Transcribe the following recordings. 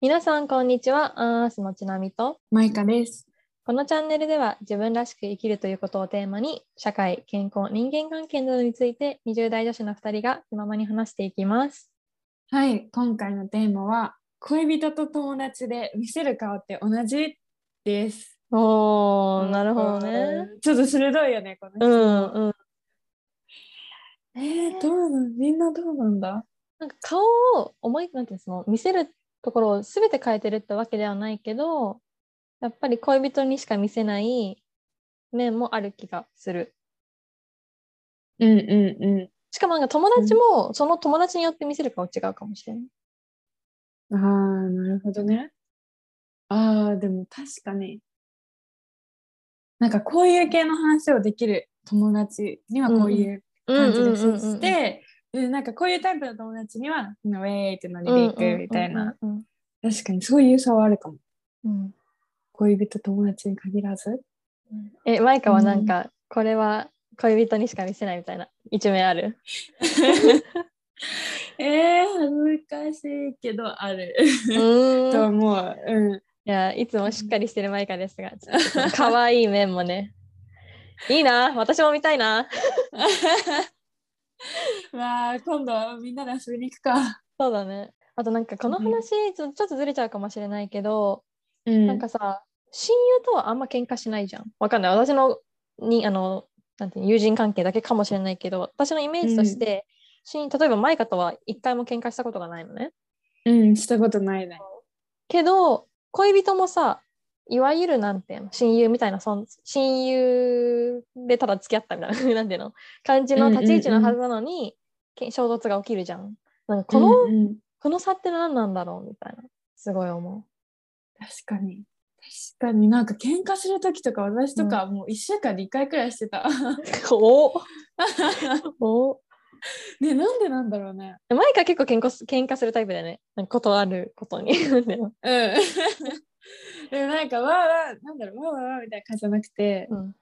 皆さん、こんにちは。アンアースのちなみと、マイカです。このチャンネルでは自分らしく生きるということをテーマに、社会、健康、人間関係などについて、20代女子の2人が気ままに話していきます。はい、今回のテーマは恋人と友達で見せる顔って同じです。おー、なるほどね。うん。ちょっと鋭いよね、このう人。んうん。えー、どうなんみんなどうなんだなんか顔を思い、なんていうんですか、見せるところを全て変えてるってわけではないけど、やっぱり恋人にしか見せない面もある気がする。うんうんうしかもなんか友達もその友達によって見せる顔違うかもしれない。ん。ああ、なるほどね。ああ、でも確かに。なんかこういう系の話をできる友達にはこういう感じで接し、て、うんなんかこういうタイプの友達には、ウェーイってノリでいくみたいな。。うんうん確かにそういう差はあるかも。うん恋人友達に限らず。え、マイカはなんか、これは恋人にしか見せないみたいな一面ある。えー、恥ずかしいけどある。う とー ん。い思う。うん。や、いつもしっかりしてるマイカですが、ちょっとその可愛い面もね。いいな、私も見たいな。わあ、今度みんなで遊びに行くか。そうだね。あとなんかこの話、ちょちょっとずれちゃうかもしれないけど、うんなんかさ、親友とはあんま喧嘩しないじゃん。わかんない。私のにあのなんていうの友人関係だけかもしれないけど、私のイメージとして、親例えばマイカとは一回も喧嘩したことがないのね。うん、したことないね。けど恋人もさいわゆるなんていうの親友みたいなそん親友でただ付き合ったみたいな なんていうの感じの立ち位置のはずなのに、け衝突が起きるじゃん。なんかこの、うんうんこの差って何なんだろうみたいなすごい思確かに。確かになんか喧嘩する時とか私とかもう1週間に1回くらいしてた。 う。 お おね、なんでなんだろうね。マイカ結構喧嘩す喧嘩するタイプだよね。なんかことあることに。 でもうん。 でもなんかわーわー、なんだろう、わーわーわーみたいな感じじゃなくて、うん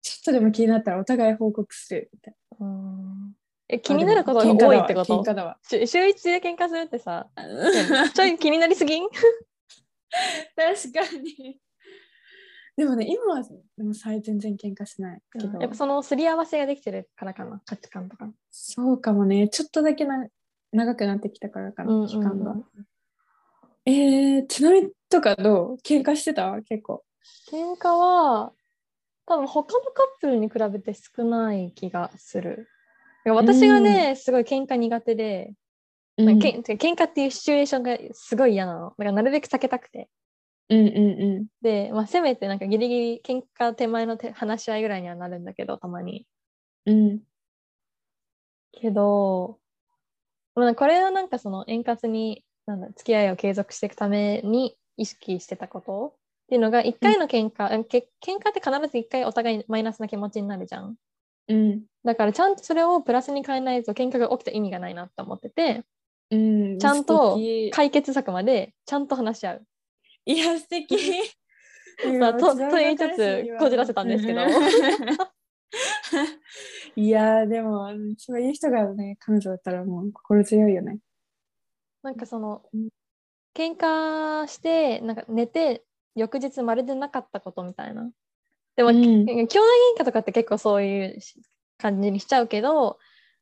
ちょっとでも気になったらお互い報告するみたいな。うんえ気になることが多いってこと喧嘩だわ。し週一で喧嘩するってさ、 喧嘩だわちょい気になりすぎん確かに。でもね、今はでも最全然喧嘩しない けど、やっぱそのすり合わせができてるからかな、価値観とか。そうかもね、ちょっとだけな長くなってきたからかな、うんうんうん期間が。えー、ちなみにとかどう喧嘩してた結構。喧嘩は、多分他のカップルに比べて少ない気がする。だから私がね、すごい喧嘩苦手で、うん、なうんんかけん、喧嘩っていうシチュエーションがすごい嫌なの。だからなるべく避けたくて。うんで、まあ、せめてなんかギリギリ喧嘩手前の手話し合いぐらいにはなるんだけど、たまに。うんうん。けど、まあ、これはなんかその円滑になんだ付き合いを継続していくために意識してたことっていうのが1回の喧嘩、うん、け喧嘩って必ず1回お互いマイナスな気持ちになるじゃんうん。だからちゃんとそれをプラスに変えないと喧嘩が起きた意味がないなと思っててうん。ちゃんと素敵解決策までちゃんと話し合う、いや、素敵。まあ、いやとちなみにと言いつ新つしいわこじらせたんですけど いやーでもそういう人がね彼女だったらもう心強いよね。なんかそのうん喧嘩してなんか寝て翌日まるでなかったことみたいなでも、うん兄弟喧嘩とかって結構そういうし感じにしちゃうけど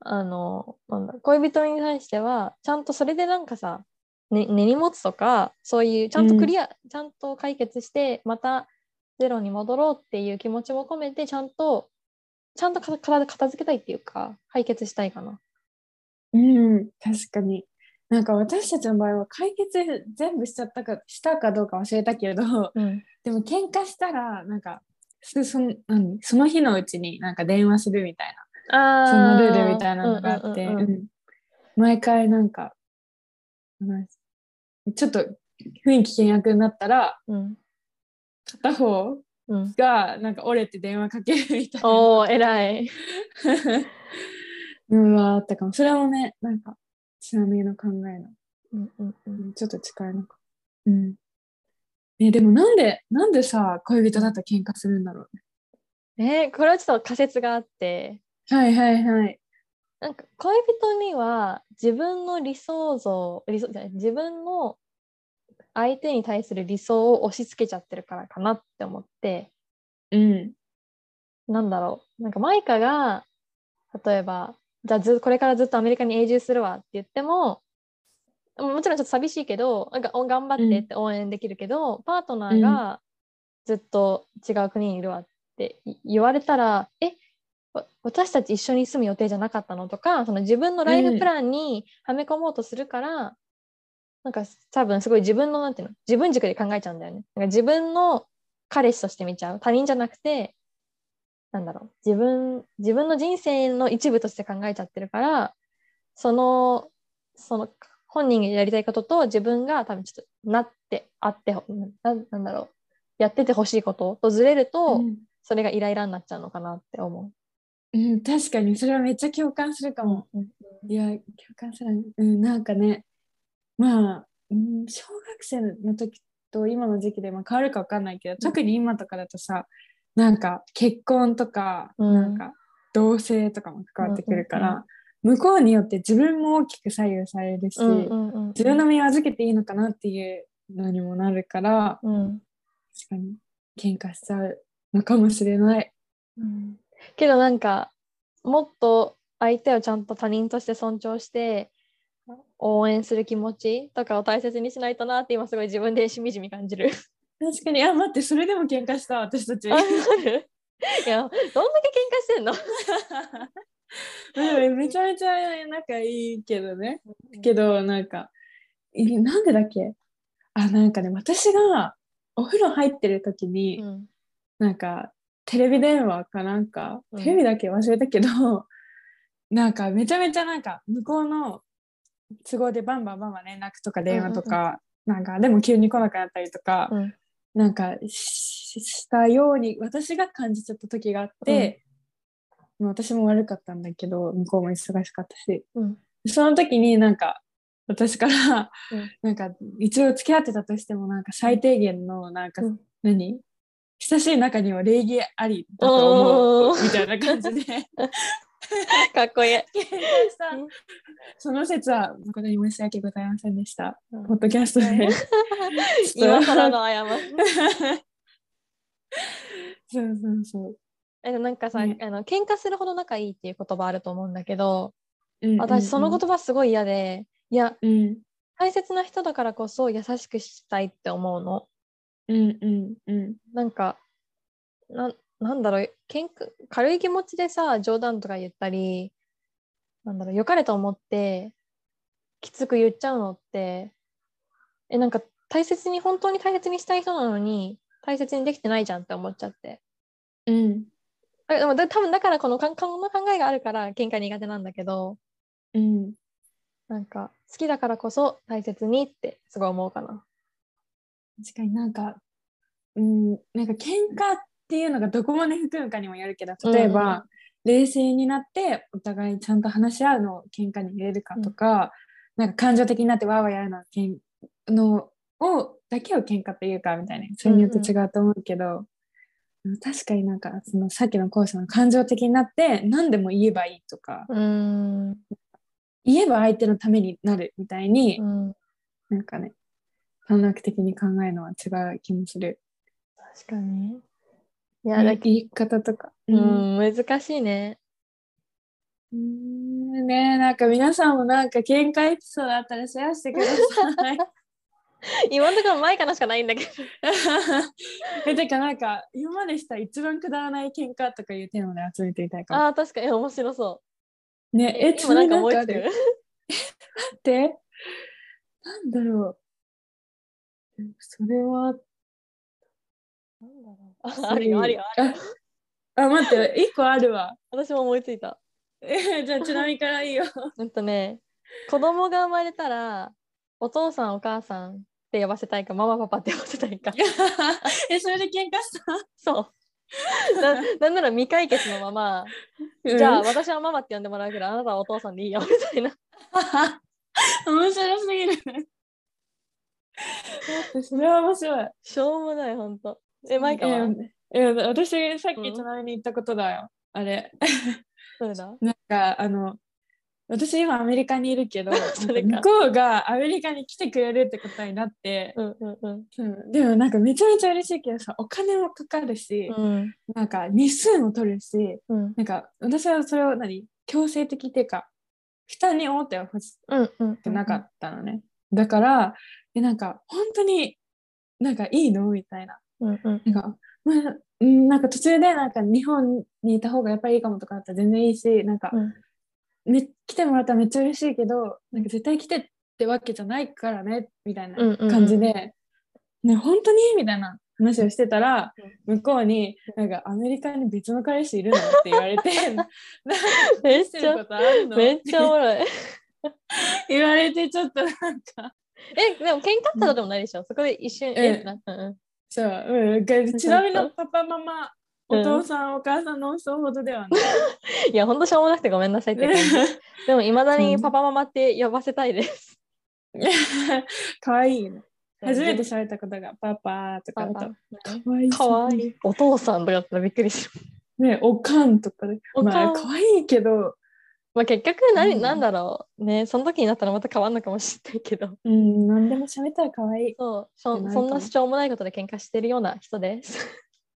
あのなんだ恋人に対してはちゃんとそれでなんかさ、ね、根に持つとかそういうちゃんとクリア、ちゃんと解決してまたゼロに戻ろうっていう気持ちも込めてちゃんとちゃんとか片片付けたいっていうか解決したいかな。うん確かに。なんか私たちの場合は解決全部しちゃったかしたかどうか忘れたけど うん、でも喧嘩したらなんかすその何その日のうちになんか電話するみたいなそのルールみたいなのがあって、うんうんうんうんうん毎回なんかなんかちょっと雰囲気険悪になったらうん片方うん、がなんか折れて電話かけるみたいなおお、偉い。のはあったかも。それもね、なんか、ちなみの考えの、うんうんうんうんちょっと近いのか。うん。ね、でもなんで、なんでさ、恋人だったら喧嘩するんだろうね。えーこれはちょっと仮説があって、はいはいはい。なんか恋人には自分の理想像、理想じゃない自分の相手に対する理想を押し付けちゃってるからかなって思ってうん。なんだろうなんかマイカが例えばじゃあずこれからずっとアメリカに永住するわって言ってももちろんちょっと寂しいけどなんかお頑張ってって応援できるけど、パートナーがずっと違う国にいるわってい言われたら、えわ私たち一緒に住む予定じゃなかったのとかその自分のライフプランにはめ込もうとするから、なんか多分すごい自分のなんていうの自分軸で考えちゃうんだよね。なんか自分の彼氏として見ちゃう他人じゃなくてなんだろう自分自分の人生の一部として考えちゃってるからそのその本人がやりたいことと自分が多分ちょっとなってあってほななんだろうやっててほしいこととずれると、うんそれがイライラになっちゃうのかなって思うん、確かにそれはめっちゃ共感するかう。も。うんいや共感する、うん、なんかねまあ、うん、小学生の時と今の時期で、まあ、変わるか分かんないけど特に今とかだとさなんか結婚とか,、うんなんか同棲とかも関わってくるかうんら、向こうによって自分も大きく左右されるし、うんうんうん自分の身を預けていいのかなっていうのにもなるからうん確かに喧嘩しちゃうのかもしれない。うんけどなんかもっと相手をちゃんと他人として尊重して応援する気持ちとかを大切にしないとなって今すごい自分でしみじみ感じる。確かにあ待ってそれでも喧嘩した私たち。いやどんだけ喧嘩してんの うんめちゃめちゃ仲いいけどね。けど、なんか、いなんでだっけあ、なんかね、私がお風呂入ってる時に、うんなんか、テレビ電話かなんか、うんテレビだけ忘れたけど、 なんか、めちゃめちゃなんか、向こうの都合でバンバンバンバン連絡とか電話とか、なんか、でも急に来なくなったりとか、うんなんかししたように私が感じちゃった時があって、もう私も悪かったんだけど向こうも忙しかったしうんその時になんか私から、うんなんか一応付き合ってたとしてもなんか最低限のなんか、うん何親しい中には礼儀ありだとお思うーみたいな感 じで喧かっこいい。嘩したうんその説は誠に申し訳ございませんでした。ポッドキャスト で今更の謝り。そうそうそう。えでもなんかさ、ねあの喧嘩するほど仲いいっていう言葉あると思うんだけど、うんうんうん私その言葉すごい嫌で、いやうん大切な人だからこそ優しくしたいって思うの。うんうんうんなんかななんだろうけんか軽い気持ちでさ冗談とか言ったりなんだろう良かれと思ってきつく言っちゃうのってえなんか大切に本当に大切にしたい人なのに大切にできてないじゃんって思っちゃってうんあでもだ多分だからこのかんこの考えがあるから喧嘩苦手なんだけどうんなんか好きだからこそ大切にってすごい思うかな。確かになんかうんなんか喧嘩っていうのがどこまで含むかにもよるけど例えば、うんうん冷静になってお互いちゃんと話し合うのを喧嘩に入れるかとか、なんか感情的になってわーわーやるのはけんのをだけを喧嘩っていうかみたいなそれによって違うと思うけど。うん確かになんかそのさっきの講師の感情的になって何でも言えばいいとかうーん、言えば相手のためになるみたいに、うん、なんかね、短絡的に考えるのは違う気もする。確かに。いや、だ言けい方とか。う。ん、難しいね。うんねえなんか皆さんもなんか喧嘩エピソードあったらシェアしてください。 今のところ前かなしかないんだけど。えてかなんか今までした一番くだらない喧嘩とかいうテーマで集めていたいかも。ああ、確かに面白そねう。え、ち今ななみんか思になんいかつあくる。ってなんだろう。うんそれはなんだろうああるよ、あるよ。あるよああ、待って、一個あるわ。私も思いついた。えじゃあ、ちなみか らいいよ。うんとね、子供が生まれたら、お父さん、お母さんって呼ばせたいか、ママ、パパって呼ばせたいか。え、それで喧嘩した。 そう。ななんなら未解決のまま、じゃあ私はママって呼んでもらうけど、あなたはお父さんでいいよみたいな。あ、 面白すぎる。それは面白い。しょうもない、ほんと。え、マイカいやは、いや私、さっうんき隣に行ったことだよ。あれ、どれだなんか、あの、私今アメリカにいるけど それかなんか向こうがアメリカに来てくれるってことになって、うんうんうんそうでもなんかめちゃめちゃ嬉しいけどさお金もかかるし、うんなんか日数も取るしうんなんか私はそれを何強制的っていうか負担に思ってほしうんうんくなかったのね、だからえなんか本当になんかいいのみたいなうんうんなんか、まあ、うんなんか途中でなんか日本にいた方がやっぱりいいかもとかだったら全然いいしなんか、うんめ来てもらったらめっちゃ嬉しいけどなんか絶対来てってわけじゃないからねみたいなうんうんうん感じで、ね本当にみたいな話をしてたら、向こうになんかアメリカに別の彼氏いるのって言われてなんか めっしてちる ゃことあるのめっちゃおもろい言われてちょっとなんか えでも喧嘩ったでもないでしょそこで一瞬えってなったうんそう、うん、ちなみにパパママお父さん、お母さんのそうほどではない。いやほんとしょうもなくてごめんなさいって感 じでもいまだにそうパパママって呼ばせたいですかわいいね。初めて喋ったことがパパとかパ だパと。かわいい。かわいい。お父さんとかだったらびっくりする。ね、おかんとかで。おかんまあ、かわいいけど、まあ結局何、うんなんだろうねその時になったらまた変わんのかもしれないけど うん、何でも喋ったらかわいい。そうそってなんるかそもんなしょうもないことで喧嘩してるような人です。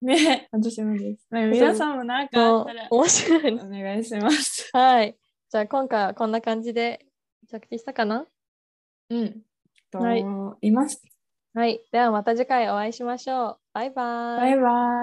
ね、私もです。ね皆さんもなんかあもったらう面白いね。お願いします。はいじゃあ今回はこんな感じで着地したかなうん。とはい思います。はいではまた次回お会いしましょう。バイバイ。バイバイ。